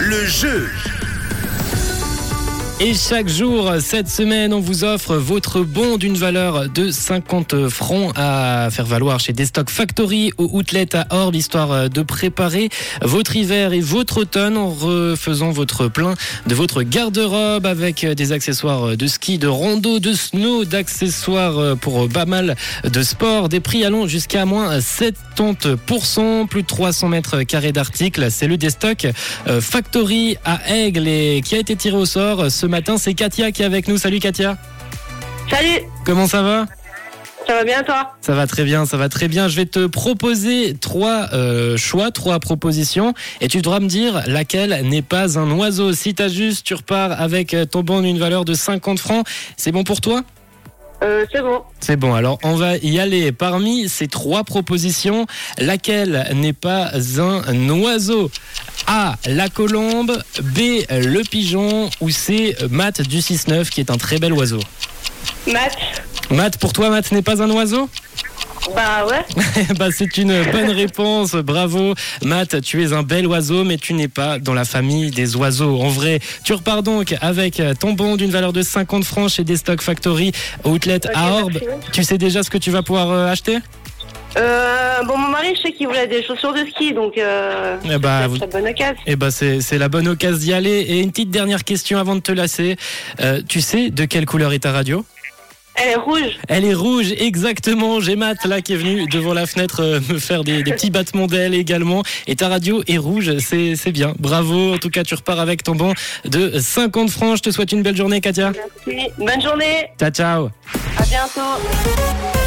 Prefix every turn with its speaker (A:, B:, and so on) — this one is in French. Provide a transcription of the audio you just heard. A: Le jeu.
B: Et chaque jour, cette semaine, on vous offre votre bon d'une valeur de 50 francs à faire valoir chez Destock Factory au Outlet à Orbe, histoire euh, de préparer votre hiver et votre automne en refaisant votre plein de votre garde-robe avec euh, des accessoires de ski, de rando, de snow, d'accessoires euh, pour pas mal de sports. Des prix allant jusqu'à moins 70%, plus de 300 mètres carrés d'articles. C'est le Destock Euh, Factory à Aigle et qui a été tiré au sort ce matin. C'est Katia qui est avec nous. Salut Katia.
C: Salut,
B: Comment ça va
C: ça va bien toi
B: Ça va très bien, ça va très bien. Je vais te proposer trois euh, choix, trois propositions et tu devras me dire laquelle n'est pas un oiseau. Si t'as juste, tu repars avec ton bon d'une valeur de 50 francs. C'est bon pour toi
C: euh, C'est bon.
B: C'est bon, alors on va y aller. Parmi ces trois propositions, laquelle n'est pas un oiseau A. La colombe, B. Le pigeon ou C. Matt du 6-9 qui est un très bel oiseau.
C: Match
B: Matt, pour toi, Matt n'est pas un oiseau
C: Bah ouais.
B: bah, C'est une bonne réponse, bravo. Matt, tu es un bel oiseau, mais tu n'es pas dans la famille des oiseaux. En vrai, tu repars donc avec ton bon d'une valeur de 50 francs chez Destock Factory, outlet à
C: Ok,
B: Orbe.
C: merci.
B: Tu sais déjà ce que tu vas pouvoir euh, acheter
C: Euh, bon, mon mari, je sais qu'il voulait des chaussures de ski, donc euh,
B: Eh bah,
C: c'est
B: vous-
C: très bonne occasion.
B: eh bah, c'est c'est la bonne occasion d'y aller. Et une petite dernière question avant de te lasser. Euh, tu sais de quelle couleur est ta radio
C: Elle est rouge.
B: Elle est rouge, exactement. J'ai Matt là qui est venu devant la fenêtre euh, me faire des, des petits battements d'ailes également. Et ta radio est rouge, c'est c'est bien. Bravo, en tout cas tu repars avec ton banc de 50 francs. Je te souhaite une belle journée Katia.
C: Merci. Bonne journée.
B: Ciao ciao.
C: À bientôt.